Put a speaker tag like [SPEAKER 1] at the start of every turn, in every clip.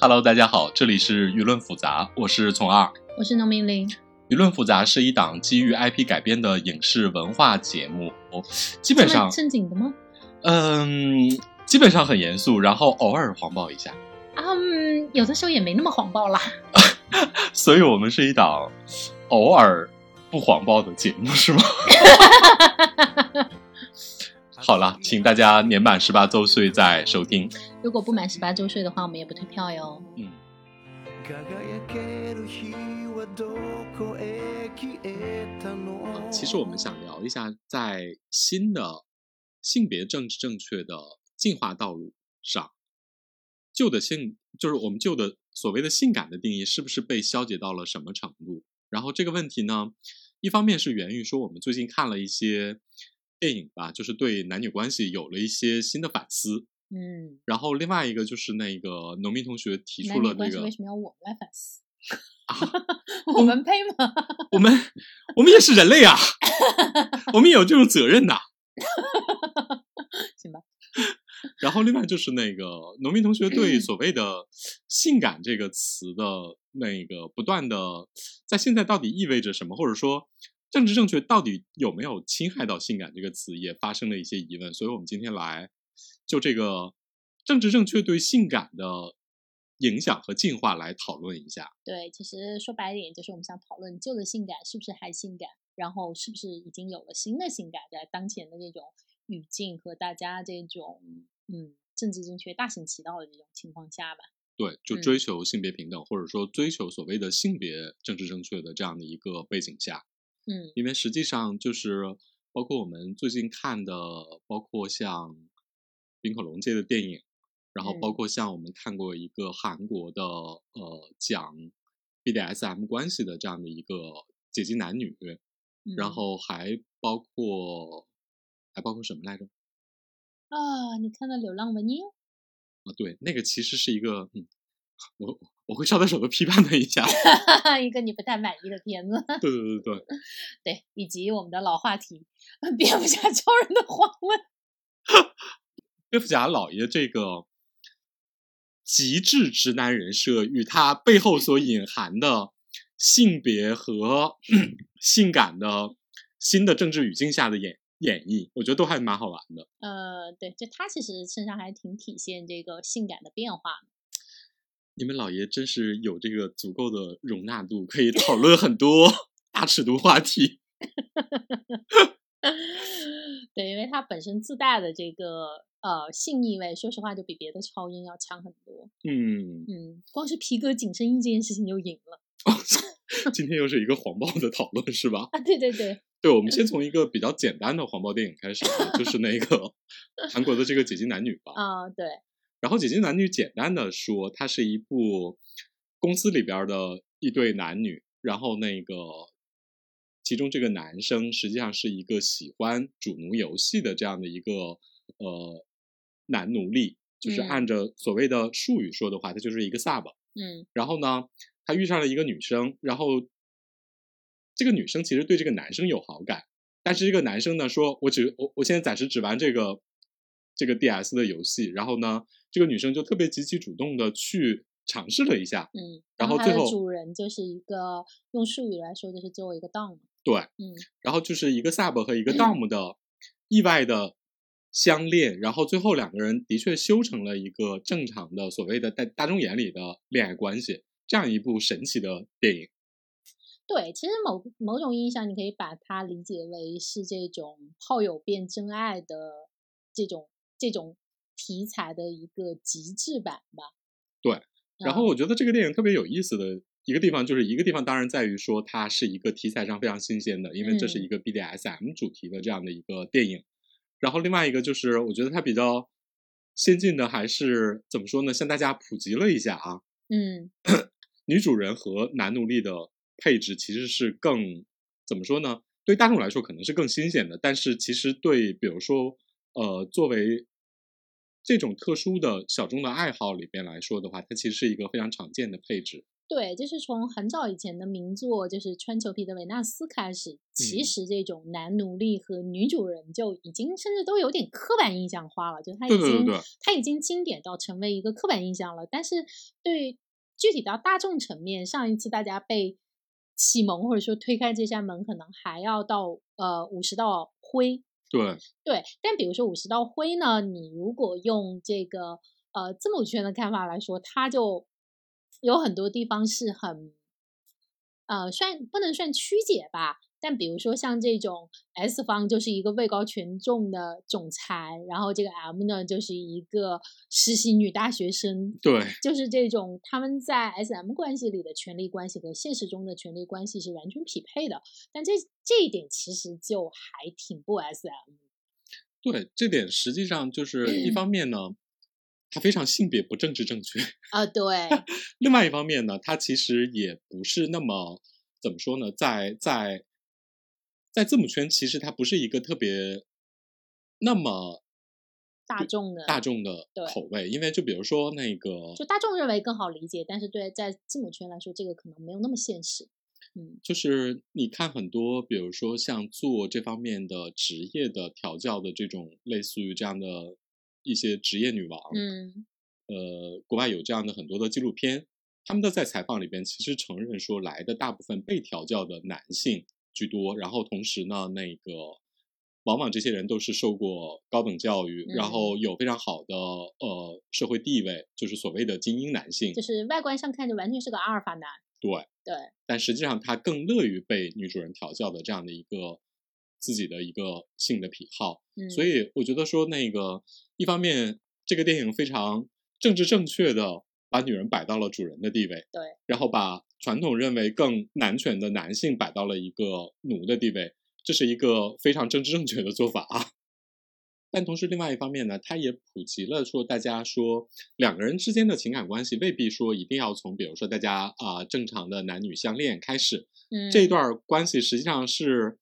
[SPEAKER 1] Hello，大家好，这里是舆论复杂，我是从二。
[SPEAKER 2] 我是农民林。
[SPEAKER 1] 舆论复杂是一档基于 IP 改编的影视文化节目，哦基本上
[SPEAKER 2] 这么，正经的吗？
[SPEAKER 1] 嗯，基本上很严肃，然后偶尔黄暴一下。
[SPEAKER 2] 啊嗯，有的时候也没那么谎报啦。
[SPEAKER 1] 所以我们是一档偶尔不谎报的节目，是吗？ 好了，请大家年满十八周岁再收听。
[SPEAKER 2] 如果不满十八周岁的话，我们也不退票哟。
[SPEAKER 1] 嗯，
[SPEAKER 3] 輝ける日はどこへ消えたの
[SPEAKER 1] 其实我们
[SPEAKER 2] 哦
[SPEAKER 1] 想聊一下，在新的性别政治正确的进化道路上，旧的性就是我们旧的所谓的性感的定义，是不是被消解到了什么程度？然后这个问题呢，一方面是源于说我们最近看了一些电影吧，就是对男女关系有了一些新的反思。
[SPEAKER 2] 嗯，
[SPEAKER 1] 然后另外一个就是那个农民同学提
[SPEAKER 2] 男
[SPEAKER 1] 出
[SPEAKER 2] 女
[SPEAKER 1] 了
[SPEAKER 2] 关
[SPEAKER 1] 那
[SPEAKER 2] 系
[SPEAKER 1] 个啊
[SPEAKER 2] 为，什么要我们来反思？ 我们配吗？
[SPEAKER 1] 我们我们也是人类 啊，我们也有这种责任呐、
[SPEAKER 2] 行吧。
[SPEAKER 1] 然后另外就是那个农民同学对所谓的“性感”这个词的那个不断的在现在到底意味着什么，或者说政治正确到底有没有侵害到“性感”这个词，也发生了一些疑问。所以我们今天来就这个政治正确对性感的影响和进化来讨论一下。
[SPEAKER 2] 对，其实说白一点，就是我们想讨论旧的性感是不是还性感，然后是不是已经有了新的性感，在当前的这种语境和大家这种嗯政治正确大行其道的这种情况下吧。
[SPEAKER 1] 对，就
[SPEAKER 2] 嗯
[SPEAKER 1] 追求性别平等，或者说追求所谓的性别政治正确的这样的一个背景下，
[SPEAKER 2] 嗯
[SPEAKER 1] 因为实际上就是包括我们最近看的，包括像冰口龙介的电影，然后包
[SPEAKER 2] 嗯
[SPEAKER 1] 括像我们看过一个韩国的呃讲 BDSM 关系的这样的一个解禁男女，
[SPEAKER 2] 嗯，
[SPEAKER 1] 然后还包括还包括什么来着？
[SPEAKER 2] 啊，你看到《流浪文英》
[SPEAKER 1] 啊，对，那个其实是一个嗯， 我我会稍等稍的批判他一下，
[SPEAKER 2] 一个你不太满意的片子。
[SPEAKER 1] 对对对对。
[SPEAKER 2] 对，以及我们的老话题， 编不下超人的话问。
[SPEAKER 1] 蝙蝠侠老爷这个极致直男人设与他背后所隐含的性别和 性感的新的政治语境下的演演绎，我觉得都还蛮好玩的。
[SPEAKER 2] 呃，对，就他其实身上还挺体现这个性感的变化。
[SPEAKER 1] 你们老爷真是有这个足够的容纳度，可以讨论很多 大尺度话题。
[SPEAKER 2] 对，因为他本身自带的这个呃性意味，说实话就比别的超人要强很多。
[SPEAKER 1] 嗯，
[SPEAKER 2] 嗯，光是皮革紧身衣这件事情就赢了
[SPEAKER 1] 今天又是一个黄暴的讨论，是吧？
[SPEAKER 2] 啊！对对对，
[SPEAKER 1] 对，我们先从一个比较简单的黄暴电影开始吧，就是那个 韩国的这个《解禁男女》吧。
[SPEAKER 2] 啊、对，
[SPEAKER 1] 然后《解禁男女》简单的说，它是一部公司里边儿的一对男女，然后那个其中这个男生实际上是一个喜欢主奴游戏的这样的一个呃男奴隶，就是
[SPEAKER 2] 嗯
[SPEAKER 1] 按照所谓的术语说的话，他就是一个 sub。
[SPEAKER 2] 嗯
[SPEAKER 1] 然后呢，他遇上了一个女生，然后这个女生其实对这个男生有好感，但是这个男生呢说，我只我我现在暂时只玩这个这个 DS 的游戏，然后呢，这个女生就特别积极主动的去尝试了一下，
[SPEAKER 2] 嗯。
[SPEAKER 1] 然后
[SPEAKER 2] 他
[SPEAKER 1] 最
[SPEAKER 2] 的
[SPEAKER 1] 后
[SPEAKER 2] 主人就是一个用术语来说就是最后一个 d o
[SPEAKER 1] 对，
[SPEAKER 2] 嗯
[SPEAKER 1] 然后就是一个 sub 和一个 dom 的意外的相恋，然后最后两个人的确修成了一个正常的所谓的在大众眼里的恋爱关系，这样一部神奇的电影。
[SPEAKER 2] 对，其实某某种意义上，你可以把它理解为是这种炮友变真爱的这种这种题材的一个极致版吧。嗯
[SPEAKER 1] 对，然后我觉得这个电影特别有意思的一个地方，就是一个地方当然在于说它是一个题材上非常新鲜的，因为这是一个 BDSM 主题的这样的一个电影。然后另外一个就是，我觉得它比较先进的还是怎么说呢？向大家普及了一下啊，
[SPEAKER 2] 嗯
[SPEAKER 1] 女主人和男奴隶的配置其实是更怎么说呢？对大众来说可能是更新鲜的，但是其实对比如说呃作为这种特殊的小众的爱好里边来说的话，它其实是一个非常常见的配置。
[SPEAKER 2] 对，就是从很早以前的名作，就是《穿裘皮的维纳斯》开始，其
[SPEAKER 1] 嗯
[SPEAKER 2] 实这种男奴隶和女主人就已经甚至都有点刻板印象化了，就他已
[SPEAKER 1] 对对
[SPEAKER 2] 经
[SPEAKER 1] 对对，
[SPEAKER 2] 它已经经典到成为一个刻板印象了。但是对具体到大众层面，上一次大家被启蒙或者说推开这扇门，可能还要到呃五十道灰。
[SPEAKER 1] 对，
[SPEAKER 2] 对，但比如说五十道灰呢，你如果用这个呃字母圈的看法来说，它就有很多地方是很呃算不能算曲解吧，但比如说像这种 S 方就是一个位高权重的总裁，然后这个 M 呢就是一个实习女大学生，
[SPEAKER 1] 对，
[SPEAKER 2] 就是这种他们在 S M 关系里的权力关系和现实中的权力关系是完全匹配的。但这这一点其实就还挺不 S M
[SPEAKER 1] 对，这点实际上就是一方面呢，它非常性别不政治正确；
[SPEAKER 2] 啊、对
[SPEAKER 1] 另外一方面呢，它其实也不是那么怎么说呢，在在在字母圈，其实它不是一个特别那么
[SPEAKER 2] 大众的
[SPEAKER 1] 大众的
[SPEAKER 2] 嗯对
[SPEAKER 1] 口味，因为就比如说那个，
[SPEAKER 2] 就大众认为更好理解，但是对在字母圈来说，这个可能没有那么现实。嗯，
[SPEAKER 1] 就是你看很多，比如说像做这方面的职业的调教的这种类似于这样的一些职业女王，
[SPEAKER 2] 嗯，
[SPEAKER 1] 呃，国外有这样的很多的纪录片，他们的在采访里边其实承认说，来的大部分被调教的男性居多，然后同时呢，那个往往这些人都是受过高等教育，然
[SPEAKER 2] 嗯
[SPEAKER 1] 后有非常好的呃社会地位，就是所谓的精英男性
[SPEAKER 2] 就，是外观上看着完全是个阿尔法男。
[SPEAKER 1] 对。
[SPEAKER 2] 对，
[SPEAKER 1] 但实际上他更乐于被女主人调教的这样的一个自己的一个性的癖好，
[SPEAKER 2] 嗯，
[SPEAKER 1] 所以我觉得说那个一方面这个电影非常政治正确的把女人摆到了主人的地位，
[SPEAKER 2] 对，
[SPEAKER 1] 然后把传统认为更男权的男性摆到了一个奴的地位，这是一个非常政治正确的做法啊。但同时，另外一方面呢，它也普及了说，大家说两个人之间的情感关系未必说一定要从，比如说大家啊、正常的男女相恋开始，
[SPEAKER 2] 嗯
[SPEAKER 1] 这一段儿关系实际上是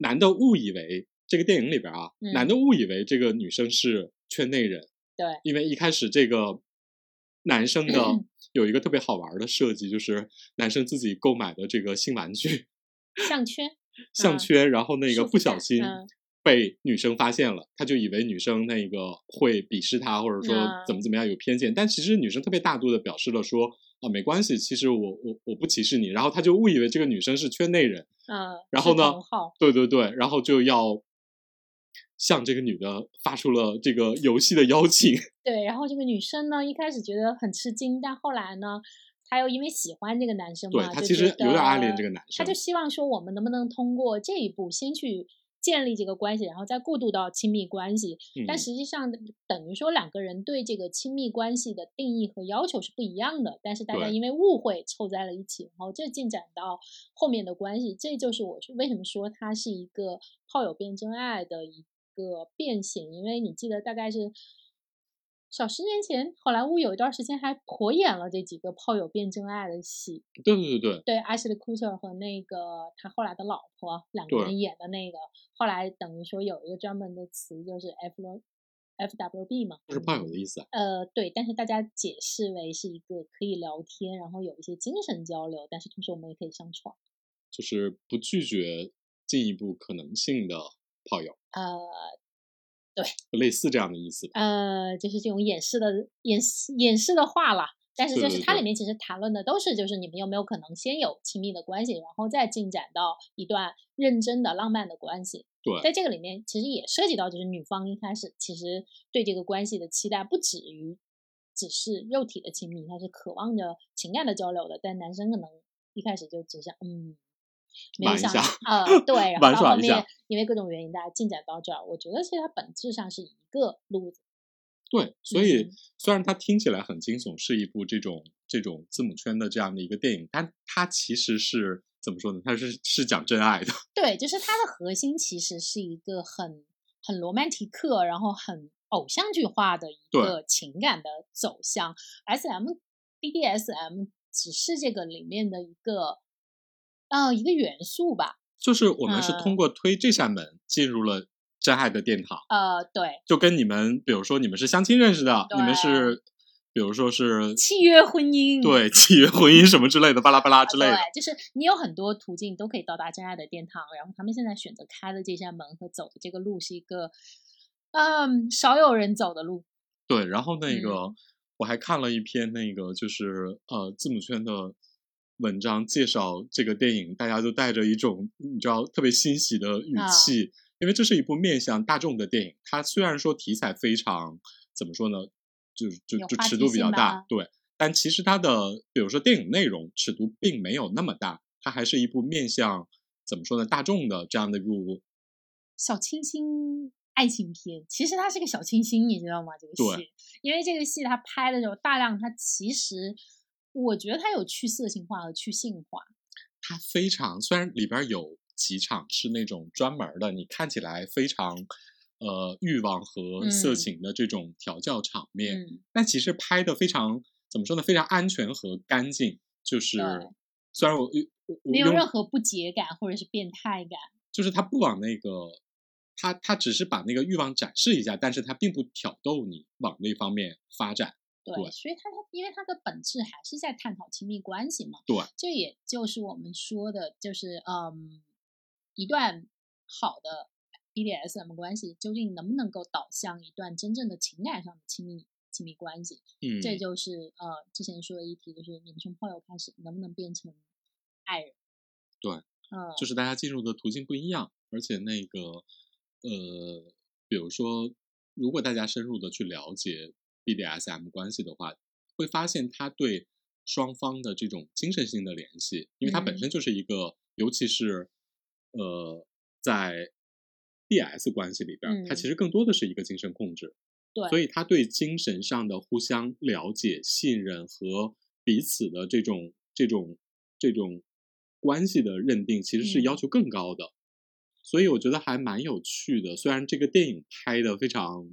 [SPEAKER 1] 男的误以为这个电影里边儿啊，
[SPEAKER 2] 嗯
[SPEAKER 1] 男的误以为这个女生是圈内人，
[SPEAKER 2] 对
[SPEAKER 1] 因为一开始这个男生
[SPEAKER 2] 嗯
[SPEAKER 1] 的有一个特别好玩儿的设计，就是男生自己购买的这个性玩 具
[SPEAKER 2] 项圈，
[SPEAKER 1] 项
[SPEAKER 2] 嗯
[SPEAKER 1] 圈，然后那
[SPEAKER 2] 束
[SPEAKER 1] 个
[SPEAKER 2] 缚
[SPEAKER 1] 不小
[SPEAKER 2] 带
[SPEAKER 1] 心
[SPEAKER 2] 嗯
[SPEAKER 1] 被女生发现了，他就以为女生那个会鄙视他，或者说
[SPEAKER 2] 嗯
[SPEAKER 1] 怎么怎么样有偏见，但其实女生特别大度的表示了说啊没关系，其实我我我不歧视你，然后他就误以为这个女生是圈内人。
[SPEAKER 2] 嗯，
[SPEAKER 1] 然
[SPEAKER 2] 是
[SPEAKER 1] 后呢
[SPEAKER 2] 同号
[SPEAKER 1] 对对对，然后就要向这个女的发出了这个游戏的邀请。
[SPEAKER 2] 对，然后这个女生呢，一开始觉得很吃惊，但后来呢，她又因为喜欢这个男生
[SPEAKER 1] 对
[SPEAKER 2] 嘛，
[SPEAKER 1] 她
[SPEAKER 2] 就
[SPEAKER 1] 其
[SPEAKER 2] 觉
[SPEAKER 1] 实有点暗恋
[SPEAKER 2] 得
[SPEAKER 1] 这个男
[SPEAKER 2] 她就
[SPEAKER 1] 生
[SPEAKER 2] 希望说，我们能不能通过这一步先去建立这个关系，然后再过渡到亲密关系。
[SPEAKER 1] 嗯、
[SPEAKER 2] 但实际上，等于说两个人对这个亲密关系的定义和要求是不一样的，但是大家
[SPEAKER 1] 对
[SPEAKER 2] 因为误会凑在了一起，然后这进展到后面的关系，这就是我是为什么说它是一个炮友变真爱的一个变形，因为你记得大概是。小十年前，好莱坞有一段时间还火演了这几个炮友变真爱的戏，
[SPEAKER 1] 对对对对，
[SPEAKER 2] 对，Ashley Kutcher 和那个他后来的老婆两个
[SPEAKER 1] 对
[SPEAKER 2] 人演的那个，后来等于说有一个专门的词就是 F F W B 嘛，嗯
[SPEAKER 1] 就是炮友的意思啊。
[SPEAKER 2] 呃，对，但是大家解释为是一个可以聊天，然后有一些精神交流，但是同时我们也可以上床。
[SPEAKER 1] 就是不拒绝进一步可能性的炮友，
[SPEAKER 2] 呃
[SPEAKER 1] 类似这样的意思吧。
[SPEAKER 2] 呃，就是这种掩饰的掩饰掩饰的话啦。但是
[SPEAKER 1] 对
[SPEAKER 2] 就是
[SPEAKER 1] 对
[SPEAKER 2] 它里
[SPEAKER 1] 对
[SPEAKER 2] 面其实谈论的都是就是你们有没有可能先有亲密的关系，然后再进展到一段认真的浪漫的关系。
[SPEAKER 1] 对
[SPEAKER 2] 在这个里面，其实也涉及到，就是女方一开始其实对这个关系的期待不止于只是肉体的亲密，她是渴望着情感的交流的。但男生可能一开始就只想嗯，没有
[SPEAKER 1] 玩一
[SPEAKER 2] 想
[SPEAKER 1] 下
[SPEAKER 2] 呃， 对，然后
[SPEAKER 1] 玩
[SPEAKER 2] 到
[SPEAKER 1] 耍
[SPEAKER 2] 后
[SPEAKER 1] 一下
[SPEAKER 2] 面因为各种原因，大家进展到这儿，我觉得其实它本质上是一个路子。
[SPEAKER 1] 对，所以
[SPEAKER 2] 嗯
[SPEAKER 1] 虽然它听起来很惊悚，是一部这种这种字母圈的这样的一个电影，但它其实是怎么说呢？它是是讲真爱的。
[SPEAKER 2] 对，就是它的核心其实是一个很很罗曼蒂克，然后很偶像剧化的一
[SPEAKER 1] 对
[SPEAKER 2] 个情感的走向。S M BDSM 只是这个里面的一个呃一个元素吧。
[SPEAKER 1] 就是我们是
[SPEAKER 2] 嗯
[SPEAKER 1] 通过推这扇门进入了真爱的殿堂。
[SPEAKER 2] 呃，对
[SPEAKER 1] 就跟你们，比如说你们是相亲认识的，
[SPEAKER 2] 对嗯
[SPEAKER 1] 你们是比如说是
[SPEAKER 2] 契约婚姻，
[SPEAKER 1] 对 契约婚姻什么之类的，巴拉巴拉之类的。
[SPEAKER 2] 对，就是你有很多途径都可以到达真爱的殿堂，然后他们现在选择开的这扇门和走的这个路是一个，嗯，少有人走的路。
[SPEAKER 1] 对，然后那个、
[SPEAKER 2] 嗯
[SPEAKER 1] 我还看了一篇那个就是呃字母圈的文章，介绍这个电影，大家都带着一种你知道特别欣喜的语
[SPEAKER 2] 啊
[SPEAKER 1] 气，因为这是一部面向大众的电影。它虽然说题材非常怎么说呢，就是就
[SPEAKER 2] 有
[SPEAKER 1] 就
[SPEAKER 2] 话
[SPEAKER 1] 尺
[SPEAKER 2] 题
[SPEAKER 1] 度比
[SPEAKER 2] 性
[SPEAKER 1] 较
[SPEAKER 2] 吧
[SPEAKER 1] 大，对，但其实它的比如说电影内容尺度并没有那么大，它还是一部面向怎么说呢大众的这样的一部
[SPEAKER 2] 小清新爱情片，其实它是个小清新，你知道吗？这个
[SPEAKER 1] 对
[SPEAKER 2] 戏，因为这个戏它拍的时候大量，它其实我觉得它有去色情化和去性化，
[SPEAKER 1] 它非常虽然里边儿有几场是那种专门儿的，你看起来非常呃欲望和色
[SPEAKER 2] 嗯
[SPEAKER 1] 情的这种调教场面，
[SPEAKER 2] 嗯，
[SPEAKER 1] 但其实拍的非常怎么说呢？非常安全和干净，就是
[SPEAKER 2] 对
[SPEAKER 1] 虽然我我我
[SPEAKER 2] 没有
[SPEAKER 1] 用
[SPEAKER 2] 任何不洁感或者是变态感，
[SPEAKER 1] 就是他不往那个，他他只是把那个欲望展示一下，但是他并不挑逗你往那方面发展。
[SPEAKER 2] 对，
[SPEAKER 1] 对
[SPEAKER 2] 所以它它因为它的本质还是在探讨亲密关系嘛。
[SPEAKER 1] 对，
[SPEAKER 2] 这也就是我们说的，就是嗯，一段好的，E BDSM 关系究竟能不能够导向一段真正的情感上的亲密亲密关系？
[SPEAKER 1] 嗯，
[SPEAKER 2] 这就是呃之前说的一题，就是你们从炮友开始能不能变成爱人？
[SPEAKER 1] 对
[SPEAKER 2] 嗯，
[SPEAKER 1] 就是大家进入的途径不一样，而且那个呃，比如说，如果大家深入的去了解 BDSM 关系的话，会发现它对双方的这种精神性的联系，因为它本
[SPEAKER 2] 嗯
[SPEAKER 1] 身就是一个，尤其是呃，在 DS 关系里边儿，它其
[SPEAKER 2] 嗯
[SPEAKER 1] 实更多的是一个精神控制，
[SPEAKER 2] 对
[SPEAKER 1] 所以他对精神上的互相了解、信任和彼此的这种、这种、这种关系的认定，其实是要
[SPEAKER 2] 嗯
[SPEAKER 1] 求更高的。所以我觉得还蛮有趣的。虽然这个电影拍的非常，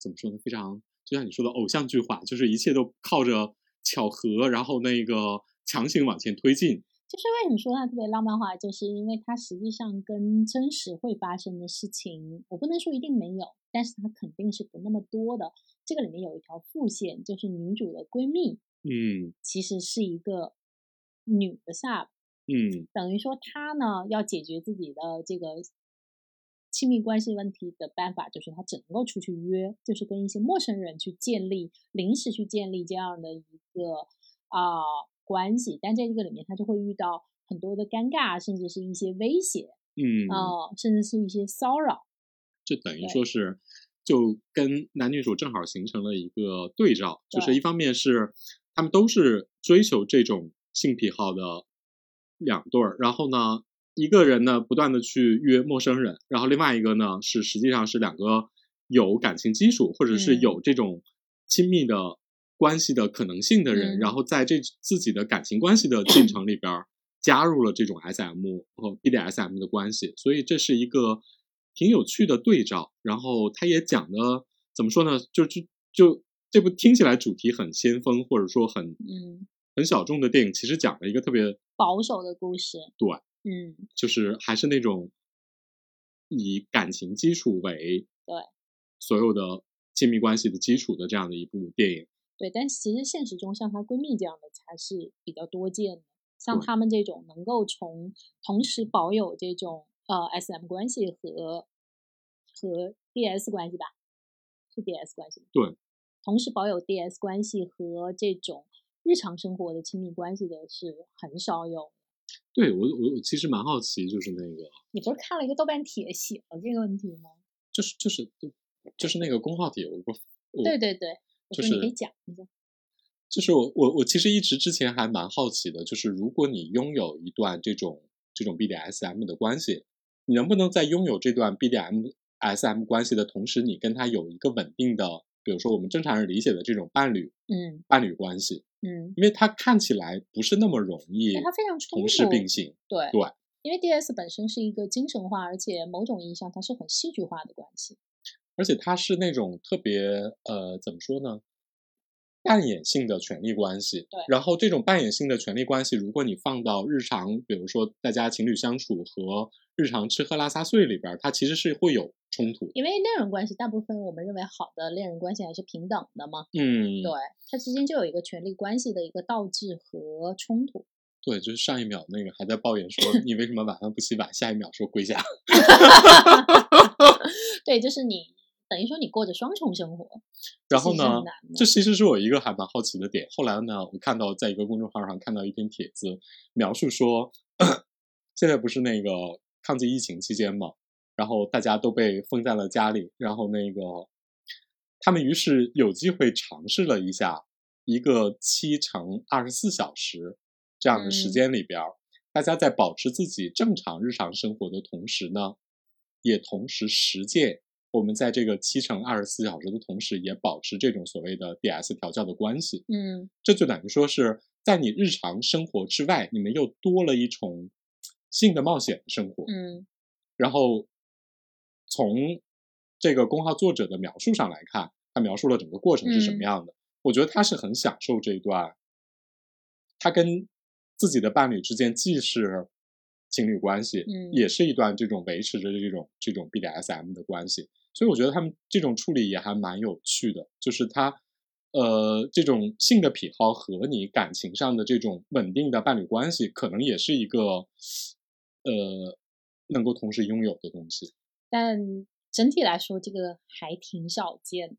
[SPEAKER 1] 怎么说呢？非常就像你说的偶像剧化，就是一切都靠着巧合，然后那个强行往前推进。
[SPEAKER 2] 就是为什么说它特别浪漫化，就是因为它实际上跟真实会发生的事情，我不能说一定没有，但是它肯定是不那么多的。这个里面有一条副线，就是女主的闺蜜
[SPEAKER 1] 嗯
[SPEAKER 2] 其实是一个女的下巴，
[SPEAKER 1] 嗯
[SPEAKER 2] 等于说她呢要解决自己的这个亲密关系问题的办法，就是她只能够出去约，就是跟一些陌生人去建立临时去建立这样的一个啊、关系，但在这个里面她就会遇到很多的尴尬，甚至是一些威胁
[SPEAKER 1] 嗯，
[SPEAKER 2] 啊、呃甚至是一些骚扰。
[SPEAKER 1] 这等于
[SPEAKER 2] 对
[SPEAKER 1] 说是就跟男女主正好形成了一个对照，就是
[SPEAKER 2] 对
[SPEAKER 1] 一方面是他们都是追求这种性癖好的两对儿，然后呢，一个人呢不断的去约陌生人，然后另外一个呢是实际上是两个有感情基础或者是
[SPEAKER 2] 嗯
[SPEAKER 1] 有这种亲密的关系的可能性的人，
[SPEAKER 2] 嗯
[SPEAKER 1] 然后在这自己的感情关系的进程里边儿加入了这种 SM 和 BDSM 的关系，所以这是一个挺有趣的对照。然后他也讲的怎么说呢？就就就这部听起来主题很先锋，或者说很
[SPEAKER 2] 嗯，
[SPEAKER 1] 很小众的电影，其实讲了一个特别
[SPEAKER 2] 保守的故事。
[SPEAKER 1] 对，
[SPEAKER 2] 嗯，
[SPEAKER 1] 就是还是那种以感情基础为
[SPEAKER 2] 对
[SPEAKER 1] 所有的亲密关系的基础的这样的一部电影。
[SPEAKER 2] 对，但其实现实中像她闺蜜这样的才是比较多见的，像
[SPEAKER 1] 对
[SPEAKER 2] 她们这种能够从同时保有这种呃 SM 关系和和 DS 关系吧，是 DS 关系吧
[SPEAKER 1] 对，
[SPEAKER 2] 同时保有 DS 关系和这种日常生活的亲密关系的是很少有。
[SPEAKER 1] 对我我我其实蛮好奇，就是那个
[SPEAKER 2] 你不是看了一个豆瓣帖写了这个问题吗？
[SPEAKER 1] 就是就是就是那个公号帖，我不我
[SPEAKER 2] 对对对，我
[SPEAKER 1] 就
[SPEAKER 2] 说你可以
[SPEAKER 1] 是
[SPEAKER 2] 讲一下。
[SPEAKER 1] 就是我我我其实一直之前还蛮好奇的，就是如果你拥有一段这种这种 BDSM 的关系，你能不能在拥有这段 BDSM 关系的同时，你跟他有一个稳定的，比如说我们正常人理解的这种伴侣
[SPEAKER 2] 嗯
[SPEAKER 1] 伴侣关系，
[SPEAKER 2] 嗯，
[SPEAKER 1] 因为它看起来不是那么容易
[SPEAKER 2] 对，它非常冲
[SPEAKER 1] 同时
[SPEAKER 2] 突
[SPEAKER 1] 并行。
[SPEAKER 2] 对
[SPEAKER 1] 对
[SPEAKER 2] 因为 DS 本身是一个精神化，而且某种意义上它是很戏剧化的关系。
[SPEAKER 1] 而且它是那种特别呃，怎么说呢？扮演性的权利关系，
[SPEAKER 2] 对
[SPEAKER 1] 然后这种扮演性的权利关系，如果你放到日常，比如说大家情侣相处和日常吃喝拉撒睡里边儿，它其实是会有冲突。
[SPEAKER 2] 因为恋人关系大部分我们认为好的恋人关系还是平等的嘛，
[SPEAKER 1] 嗯，
[SPEAKER 2] 对，它之间就有一个权力关系的一个倒置和冲突。
[SPEAKER 1] 对，就是上一秒那个还在抱怨 说你为什么晚饭不洗碗，下一秒说跪下。
[SPEAKER 2] 对，就是你等于说你过着双重生活，
[SPEAKER 1] 然后
[SPEAKER 2] 其实是
[SPEAKER 1] 呢
[SPEAKER 2] 很难的
[SPEAKER 1] 这其实是我一个还蛮好奇的点。后来呢，我看到在一个公众号上看到一篇帖子，描述说， 现在不是那个抗击疫情期间嘛，然后大家都被封在了家里，然后那个他们于是有机会尝试了一下一个七乘二十四小时这样的时
[SPEAKER 2] 嗯
[SPEAKER 1] 间里边儿，大家在保持自己正常日常生活的同时呢，也同时实践我们在这个七乘二十四小时的同时，也保持这种所谓的 DS 调教的关系。
[SPEAKER 2] 嗯，
[SPEAKER 1] 这就等于说是在你日常生活之外，你们又多了一重性的冒险的生活。
[SPEAKER 2] 嗯
[SPEAKER 1] 然后从这个公号作者的描述上来看，他描述了整个过程是什么
[SPEAKER 2] 嗯
[SPEAKER 1] 样的。我觉得他是很享受这一段，他跟自己的伴侣之间既是情侣关系，
[SPEAKER 2] 嗯
[SPEAKER 1] 也是一段这种维持着这种这种 BDSM 的关系。所以我觉得他们这种处理也还蛮有趣的，就是他。呃，这种性的癖好和你感情上的这种稳定的伴侣关系，可能也是一个呃能够同时拥有的东西。
[SPEAKER 2] 但整体来说，这个还挺少见的。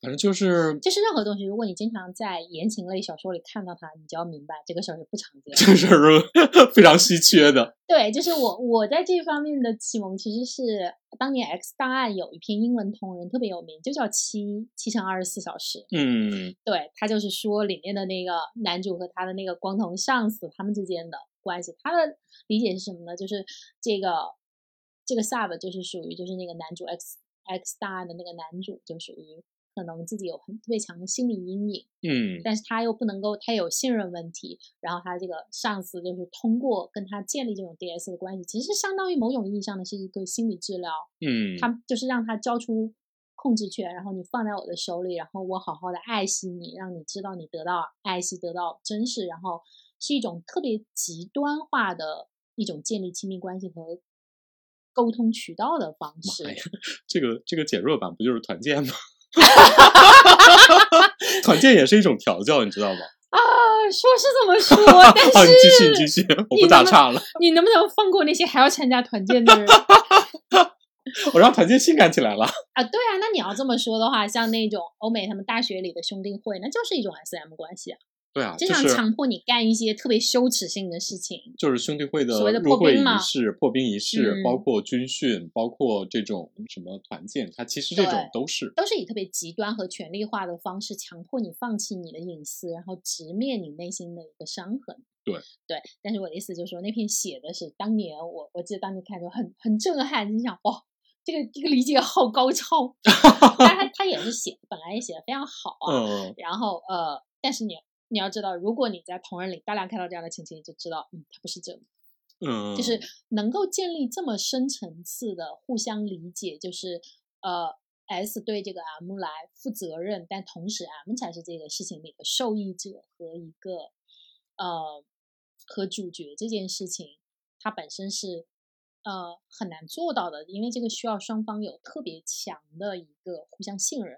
[SPEAKER 1] 反正就是
[SPEAKER 2] 就是任何东西，如果你经常在言情类小说里看到它，你就要明白这个事儿是不常见的。
[SPEAKER 1] 这事儿是非常稀缺的。
[SPEAKER 2] 对，就是我我在这方面的启蒙其实是当年《X 档案》有一篇英文同人特别有名，就叫《七七乘二十四小时》。
[SPEAKER 1] 嗯
[SPEAKER 2] 对他就是说里面的那个男主和他的那个光头上司他们之间的关系，他的理解是什么呢？就是这个这个 sub 就是属于就是那个男主 X X 档案的那个男主就属于可能自己有很特别强的心理阴影，
[SPEAKER 1] 嗯
[SPEAKER 2] 但是他又不能够，他有信任问题，然后他这个上司就是通过跟他建立这种 DS 的关系，其实相当于某种意义上的是一个心理治疗，
[SPEAKER 1] 嗯，
[SPEAKER 2] 他就是让他交出控制权，然后你放在我的手里，然后我好好的爱惜你，让你知道你得到爱惜，得到珍视，然后是一种特别极端化的一种建立亲密关系和沟通渠道的方式
[SPEAKER 1] 妈。呀，这个这个减弱版不就是团建吗？ 团建也是一种调教，你知道吗？
[SPEAKER 2] 啊，说是这 么说，但
[SPEAKER 1] 好，
[SPEAKER 2] 是
[SPEAKER 1] 你继续，你继续，我
[SPEAKER 2] 你
[SPEAKER 1] 不打
[SPEAKER 2] 能不
[SPEAKER 1] 岔了，
[SPEAKER 2] 你能不能放过那些还要参加团建的人？
[SPEAKER 1] 我让团建性感起来了。
[SPEAKER 2] 啊，对啊，那你要这么说的话，像那种欧美他们大学里的兄弟会，那就是一种 SM 关系啊，
[SPEAKER 1] 对啊，
[SPEAKER 2] 经
[SPEAKER 1] 就
[SPEAKER 2] 常
[SPEAKER 1] 是
[SPEAKER 2] 强迫你干一些特别羞耻性的事情。
[SPEAKER 1] 就是兄弟会
[SPEAKER 2] 所谓
[SPEAKER 1] 的
[SPEAKER 2] 的
[SPEAKER 1] 入
[SPEAKER 2] 破
[SPEAKER 1] 会
[SPEAKER 2] 冰
[SPEAKER 1] 仪
[SPEAKER 2] 嘛
[SPEAKER 1] 式、破冰仪式，
[SPEAKER 2] 嗯
[SPEAKER 1] 包括军训，包括这种什么团建，它其实这种
[SPEAKER 2] 对
[SPEAKER 1] 都是
[SPEAKER 2] 都是以特别极端和权力化的方式强迫你放弃你的隐私，然后直面你内心的一个伤痕。
[SPEAKER 1] 对
[SPEAKER 2] 对，但是我的意思就是说，那篇写的是当年我我记得当年看就很很震撼，你想哇，这个这个理解好 高超，但他他也是写本来也写的非常好啊，
[SPEAKER 1] 嗯，
[SPEAKER 2] 然后呃，但是你你要知道，如果你在同人里大量看到这样的情形，你就知道，嗯，它不是真的。
[SPEAKER 1] 嗯，
[SPEAKER 2] 就是能够建立这么深层次的互相理解，就是呃，S 对这个 M 来负责任，但同时 M 才是这个事情里的受益者和一个呃和主角这件事情，它本身是呃很难做到的，因为这个需要双方有特别强的一个互相信任。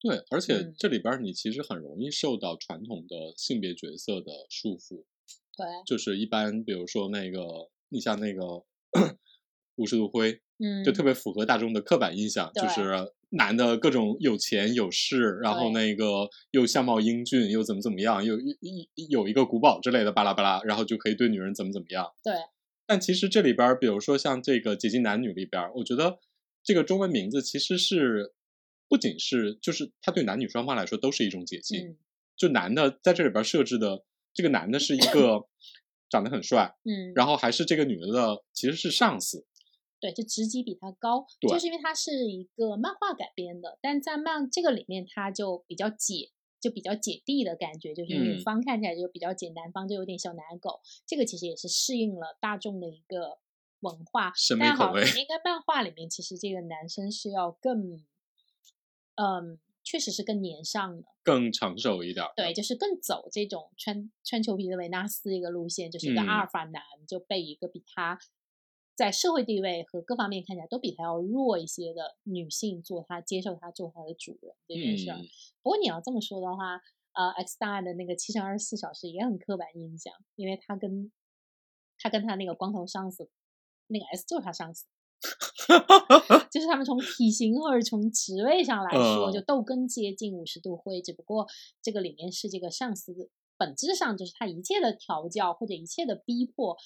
[SPEAKER 1] 对，而且
[SPEAKER 2] 嗯
[SPEAKER 1] 这里边儿你其实很容易受到传统的性别角色的束缚，
[SPEAKER 2] 对，
[SPEAKER 1] 就是一般比如说那个，你像那个 五十度灰，
[SPEAKER 2] 嗯，
[SPEAKER 1] 就特别符合大众的刻板印象，就
[SPEAKER 2] 对
[SPEAKER 1] 是男的各种有钱有势，然后那个又相貌英俊，又怎么怎么样，又一一有一个古堡之类的巴拉巴拉，然后就可以对女人怎么怎么样。
[SPEAKER 2] 对。
[SPEAKER 1] 但其实这里边儿，比如说像这个《解禁男女》里边儿，我觉得这个中文名字其实是不仅是就是它对男女双方来说都是一种解禁，
[SPEAKER 2] 嗯
[SPEAKER 1] 就男的在这里边儿设置的这个男的是一个长得很帅，
[SPEAKER 2] 嗯，
[SPEAKER 1] 然后还是这个女的的其实是上司，
[SPEAKER 2] 对，就职级比它高，
[SPEAKER 1] 对
[SPEAKER 2] 就是因为它是一个漫画改编的，但在漫这个里面，它就比较解，就比较姐弟的感觉，就是
[SPEAKER 1] 嗯
[SPEAKER 2] 女方看起来就比较解，男方就有点小奶狗。这个其实也是适应了大众的一个文化
[SPEAKER 1] 审，美
[SPEAKER 2] 但
[SPEAKER 1] 口
[SPEAKER 2] 好，
[SPEAKER 1] 味
[SPEAKER 2] 应该漫画里面其实这个男生是要更，嗯，确实是更年上的。
[SPEAKER 1] 更成熟一点儿。
[SPEAKER 2] 对，就是更走这种穿穿裘皮的维纳斯一个路线，就是一个
[SPEAKER 1] 嗯
[SPEAKER 2] 阿尔法男就被一个比他在社会地位和各方面看起来都比她要弱一些的女性做她接受她做她的主人这件事儿。
[SPEAKER 1] 嗯
[SPEAKER 2] 不过你要这么说的话，呃，X 大的那个七乘二十四小时也很刻板印象，因为他跟他跟他那个光头上司，那个 S 就是他上司，就是他们从体型或者从职位上来说，
[SPEAKER 1] 呃
[SPEAKER 2] 就都更接近五十度灰，只不过这个里面是这个上司的本质上就是他一切的调教或者一切的逼迫。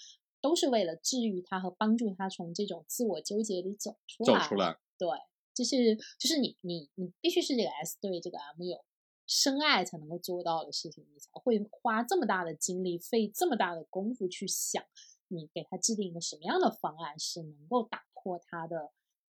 [SPEAKER 2] 都是为了治愈他和帮助他从这种自我纠结里走出
[SPEAKER 1] 走
[SPEAKER 2] 来。
[SPEAKER 1] 出来，
[SPEAKER 2] 对，就是就是你你你必须是这个 S 对这个 M 有深爱才能够做到的事情，你才会花这么大的精力，费这么大的功夫去想，你给他制定一个什么样的方案是能够打破他的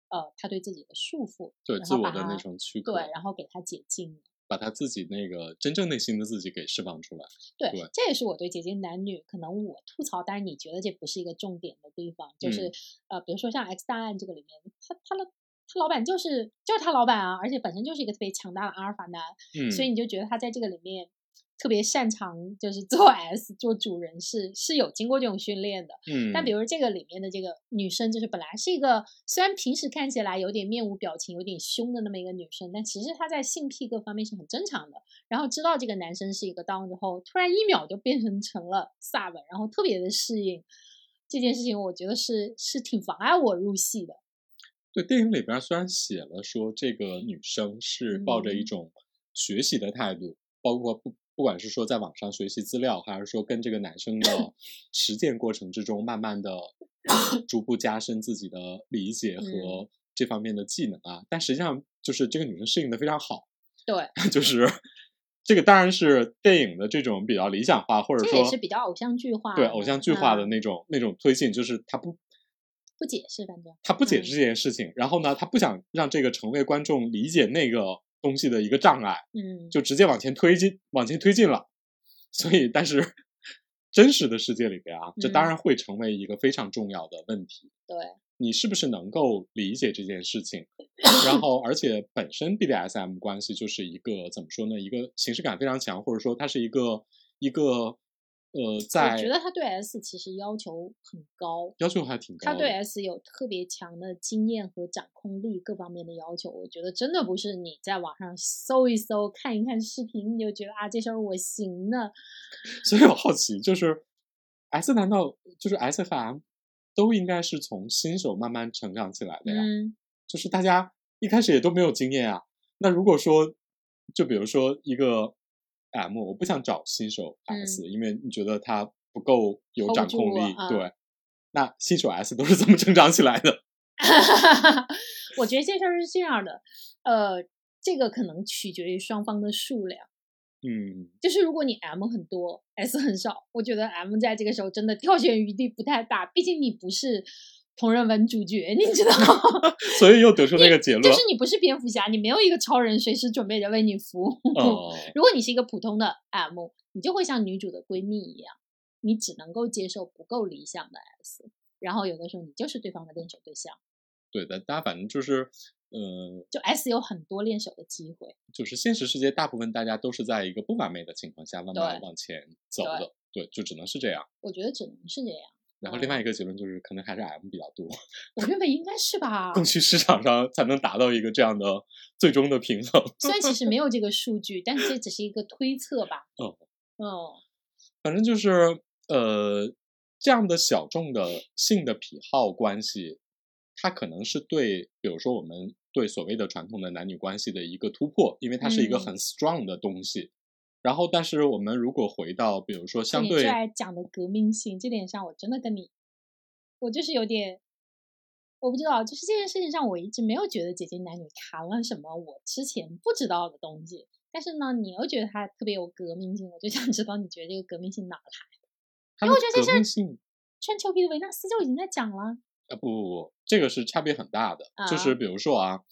[SPEAKER 2] 呃他对自己的束缚，
[SPEAKER 1] 对
[SPEAKER 2] 然
[SPEAKER 1] 自
[SPEAKER 2] 后
[SPEAKER 1] 我
[SPEAKER 2] 把
[SPEAKER 1] 的那
[SPEAKER 2] 它
[SPEAKER 1] 种躯壳，
[SPEAKER 2] 对，然后给他解禁的。
[SPEAKER 1] 把他自己那个真正内心的自己给释放出来。
[SPEAKER 2] 对，
[SPEAKER 1] 对
[SPEAKER 2] 这也是我对姐姐男女可能我吐槽，但是你觉得这不是一个重点的地方，就是、呃，比如说像 X 档案这个里面，他他的他老板就是就是他老板啊，而且本身就是一个特别强大的阿尔法男，
[SPEAKER 1] 嗯，
[SPEAKER 2] 所以你就觉得他在这个里面特别擅长，就是做 S 做主人是是有经过这种训练的。
[SPEAKER 1] 嗯，
[SPEAKER 2] 但比如这个里面的这个女生，就是本来是一个虽然平时看起来有点面无表情、有点凶的那么一个女生，但其实她在性癖各方面是很正常的。然后知道这个男生是一个 down 之后，突然一秒就变成 成了 sub，然后特别的适应这件事情，我觉得是是挺妨碍我入戏的。
[SPEAKER 1] 对电影里边儿虽然写了说这个女生是抱着一
[SPEAKER 2] 嗯
[SPEAKER 1] 种学习的态度，包括不不管是说在网上学习资料，还是说跟这个男生 的实践过程之中，慢慢的逐步加深自己的理
[SPEAKER 2] 嗯
[SPEAKER 1] 解和这方面的技能啊，但实际上就是这个女生适应的非常好，
[SPEAKER 2] 对，
[SPEAKER 1] 就是这个当然是电影的这种比较理想化，或者
[SPEAKER 2] 这也
[SPEAKER 1] 说
[SPEAKER 2] 是比较偶像剧化
[SPEAKER 1] 对
[SPEAKER 2] 的
[SPEAKER 1] 偶像剧化的
[SPEAKER 2] 嗯
[SPEAKER 1] 那种、那种推进，就是他不
[SPEAKER 2] 不解释反正。
[SPEAKER 1] 他不解
[SPEAKER 2] 嗯
[SPEAKER 1] 释这件事情，然后呢，他不想让这个成为观众理解那个东西的一个障碍，
[SPEAKER 2] 嗯，
[SPEAKER 1] 就直接往前推进，往前推进了。所以，但是真实的世界里边啊，这当
[SPEAKER 2] 嗯
[SPEAKER 1] 然会成为一个非常重要的问题。
[SPEAKER 2] 对。
[SPEAKER 1] 你是不是能够理解这件事 情？然后，而且本身 BDSM 关系就是一个怎么说呢？一个形式感非常强，或者说它是一个一个呃，在
[SPEAKER 2] 我觉得他对 S 其实要求很高，
[SPEAKER 1] 要求还挺高
[SPEAKER 2] 他
[SPEAKER 1] 的。
[SPEAKER 2] 对 S 有特别强的经验和掌控力各方面的要求。我觉得真的不是你在网上搜一搜、看一看视频，你就觉得啊这事儿我行的。
[SPEAKER 1] 所以我好奇，就是 S 难道就是 S 和 M 都应该是从新手慢慢成长起来的呀？
[SPEAKER 2] 嗯，
[SPEAKER 1] 就是大家一开始也都没有经验啊。那如果说，就比如说一个 M，我不想找新手
[SPEAKER 2] 嗯
[SPEAKER 1] S，、因为你觉得他不够有
[SPEAKER 2] Hold
[SPEAKER 1] 掌
[SPEAKER 2] 住
[SPEAKER 1] 控
[SPEAKER 2] 了
[SPEAKER 1] 力，
[SPEAKER 2] 啊
[SPEAKER 1] 对。那新手 S 都是怎么成长起来的？
[SPEAKER 2] 我觉得这事儿是这样的，呃，这个可能取决于双方的数量。
[SPEAKER 1] 嗯，
[SPEAKER 2] 就是如果你 M 很多，S 很少，我觉得 M 在这个时候真的挑选余地不太大，毕竟你不是同人文主角，你知道吗？
[SPEAKER 1] 所以又得出那个结论，
[SPEAKER 2] 就是你不是蝙蝠侠，你没有一个超人随时准备着为你服务。
[SPEAKER 1] 哦，
[SPEAKER 2] 如果你是一个普通的 M，你就会像女主的闺蜜一样，你只能够接受不够理想的 S，然后有的时候你就是对方的练手对象。
[SPEAKER 1] 对的，大家反正就是，呃，
[SPEAKER 2] 就 S 有很多练手的机会，
[SPEAKER 1] 就是现实世界，大部分大家都是在一个不完美的情况下慢慢
[SPEAKER 2] 对
[SPEAKER 1] 往前走的，对，就只能是这样。
[SPEAKER 2] 我觉得只能是这样。
[SPEAKER 1] 然后另
[SPEAKER 2] 嗯
[SPEAKER 1] 外一个结论就是，可能还是 M 比较多，
[SPEAKER 2] 我认为应该是吧。
[SPEAKER 1] 更去市场上才能达到一个这样的最终的平衡。
[SPEAKER 2] 虽然其实没有这个数据，但是这只是一个推测吧。
[SPEAKER 1] 哦
[SPEAKER 2] 哦，
[SPEAKER 1] 反正就是，呃，这样的小众的性的癖好关系，它可能是对，比如说我们对所谓的传统的男女关系的一个突破，因为它是一个
[SPEAKER 2] 嗯
[SPEAKER 1] 很 strong 的东西。然后，但是我们如果回到，比如说
[SPEAKER 2] 就
[SPEAKER 1] 相
[SPEAKER 2] 你
[SPEAKER 1] 对
[SPEAKER 2] 最爱讲的革命性这点上，我真的跟你，我就是有点，我不知道，就是这件事情上，我一直没有觉得姐姐男女谈了什么我之前不知道的东西。但是呢，你又觉得它特别有革命性，我就想知道你觉得这个革命性哪来？
[SPEAKER 1] 它
[SPEAKER 2] 因为
[SPEAKER 1] 的
[SPEAKER 2] 我觉得
[SPEAKER 1] 革
[SPEAKER 2] 这是
[SPEAKER 1] 命性
[SPEAKER 2] 穿裘皮的维纳斯就已经在讲了，
[SPEAKER 1] 啊，不不不，这个是差别很大的。就
[SPEAKER 2] 啊
[SPEAKER 1] 是比如说啊，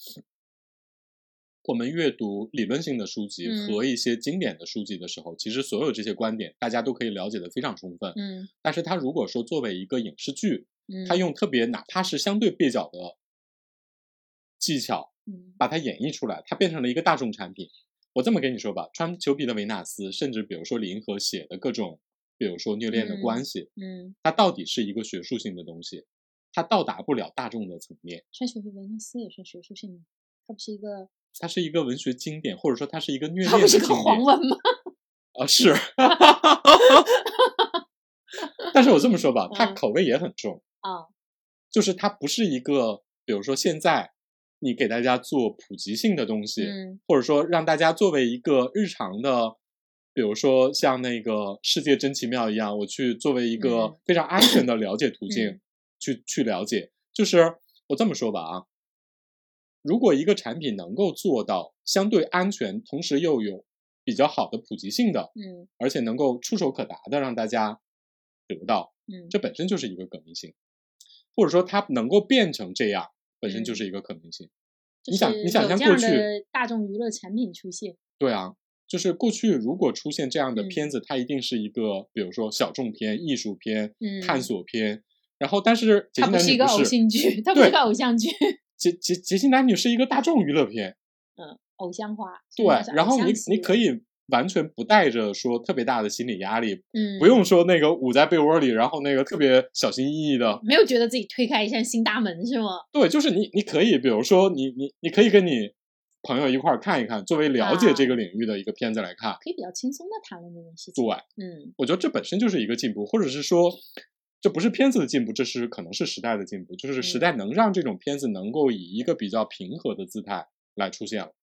[SPEAKER 1] 我们阅读理论性的书籍
[SPEAKER 2] 嗯
[SPEAKER 1] 和一些经典的书籍的时候，其实所有这些观点大家都可以了解的非常充分。
[SPEAKER 2] 嗯
[SPEAKER 1] 但是它如果说作为一个影视剧，
[SPEAKER 2] 嗯，
[SPEAKER 1] 它用特别哪怕是相对蹩脚的技巧
[SPEAKER 2] 嗯
[SPEAKER 1] 把它演绎出来，它变成了一个大众产品。我这么跟你说吧，穿裘皮的维纳斯，甚至比如说李银河写的各种，比如说虐恋的
[SPEAKER 2] 嗯
[SPEAKER 1] 关系，
[SPEAKER 2] 嗯
[SPEAKER 1] 它到底是一个学术性的东西，它到达不了大众的层面。
[SPEAKER 2] 算学术文学思也算学术性吗？它不是一个，
[SPEAKER 1] 它是一个文学经典，或者说它是一个虐恋
[SPEAKER 2] 它
[SPEAKER 1] 的
[SPEAKER 2] 不
[SPEAKER 1] 经
[SPEAKER 2] 是
[SPEAKER 1] 典。
[SPEAKER 2] 个黄文吗？
[SPEAKER 1] 啊，是。 但是我这么说吧，它
[SPEAKER 2] 嗯
[SPEAKER 1] 口味也很重，
[SPEAKER 2] 啊，
[SPEAKER 1] 就是它不是一个，比如说现在你给大家做普及性的东西，
[SPEAKER 2] 嗯
[SPEAKER 1] 或者说让大家作为一个日常的，比如说像那个《世界真奇妙》一样，我去作为一个
[SPEAKER 2] 嗯
[SPEAKER 1] 非常安全的了解途径、
[SPEAKER 2] 嗯
[SPEAKER 1] 去去了解。就是我这么说吧啊，如果一个产品能够做到相对安全，同时又有比较好的普及性的，
[SPEAKER 2] 嗯
[SPEAKER 1] 而且能够触手可达的让大家得到，
[SPEAKER 2] 嗯，
[SPEAKER 1] 这本身就是一个可能性，或者说它能够变成这样，本身就
[SPEAKER 2] 嗯
[SPEAKER 1] 是一个可能性。
[SPEAKER 2] 就
[SPEAKER 1] 你想
[SPEAKER 2] 是
[SPEAKER 1] 你想
[SPEAKER 2] 有
[SPEAKER 1] 象
[SPEAKER 2] 这
[SPEAKER 1] 过
[SPEAKER 2] 样的
[SPEAKER 1] 去
[SPEAKER 2] 大众娱乐产品出现，
[SPEAKER 1] 对啊，就是过去如果出现这样的
[SPEAKER 2] 嗯
[SPEAKER 1] 片子，它一定是一个比如说小众片、艺术片、
[SPEAKER 2] 嗯，
[SPEAKER 1] 探索片，然后但是解
[SPEAKER 2] 它
[SPEAKER 1] 禁
[SPEAKER 2] 不
[SPEAKER 1] 男
[SPEAKER 2] 是一
[SPEAKER 1] 女
[SPEAKER 2] 个偶
[SPEAKER 1] 不
[SPEAKER 2] 像 剧，它不
[SPEAKER 1] 对
[SPEAKER 2] 是个偶像剧，
[SPEAKER 1] 解解解禁男女是一个大众娱乐片，
[SPEAKER 2] 嗯，偶像化，
[SPEAKER 1] 对，然后你你可
[SPEAKER 2] 以，
[SPEAKER 1] 以完全不带着说特别大的心理压力，
[SPEAKER 2] 嗯，
[SPEAKER 1] 不用说那个捂在被窝里，然后那个特别小心翼翼的，
[SPEAKER 2] 没有觉得自己推开一扇新大门是吗？
[SPEAKER 1] 对，就是你，你可以，比如说你，你，你可以跟你朋友一块儿看一看，作为了解
[SPEAKER 2] 啊
[SPEAKER 1] 这个领域的一个片子来看。
[SPEAKER 2] 可以比较轻松的谈论这件事情。
[SPEAKER 1] 对，
[SPEAKER 2] 嗯
[SPEAKER 1] 我觉得这本身就是一个进步，或者是说，这不是片子的进步，这是可能是时代的进步，就是时
[SPEAKER 2] 嗯
[SPEAKER 1] 代能让这种片子能够以一个比较平和的姿态来出现了。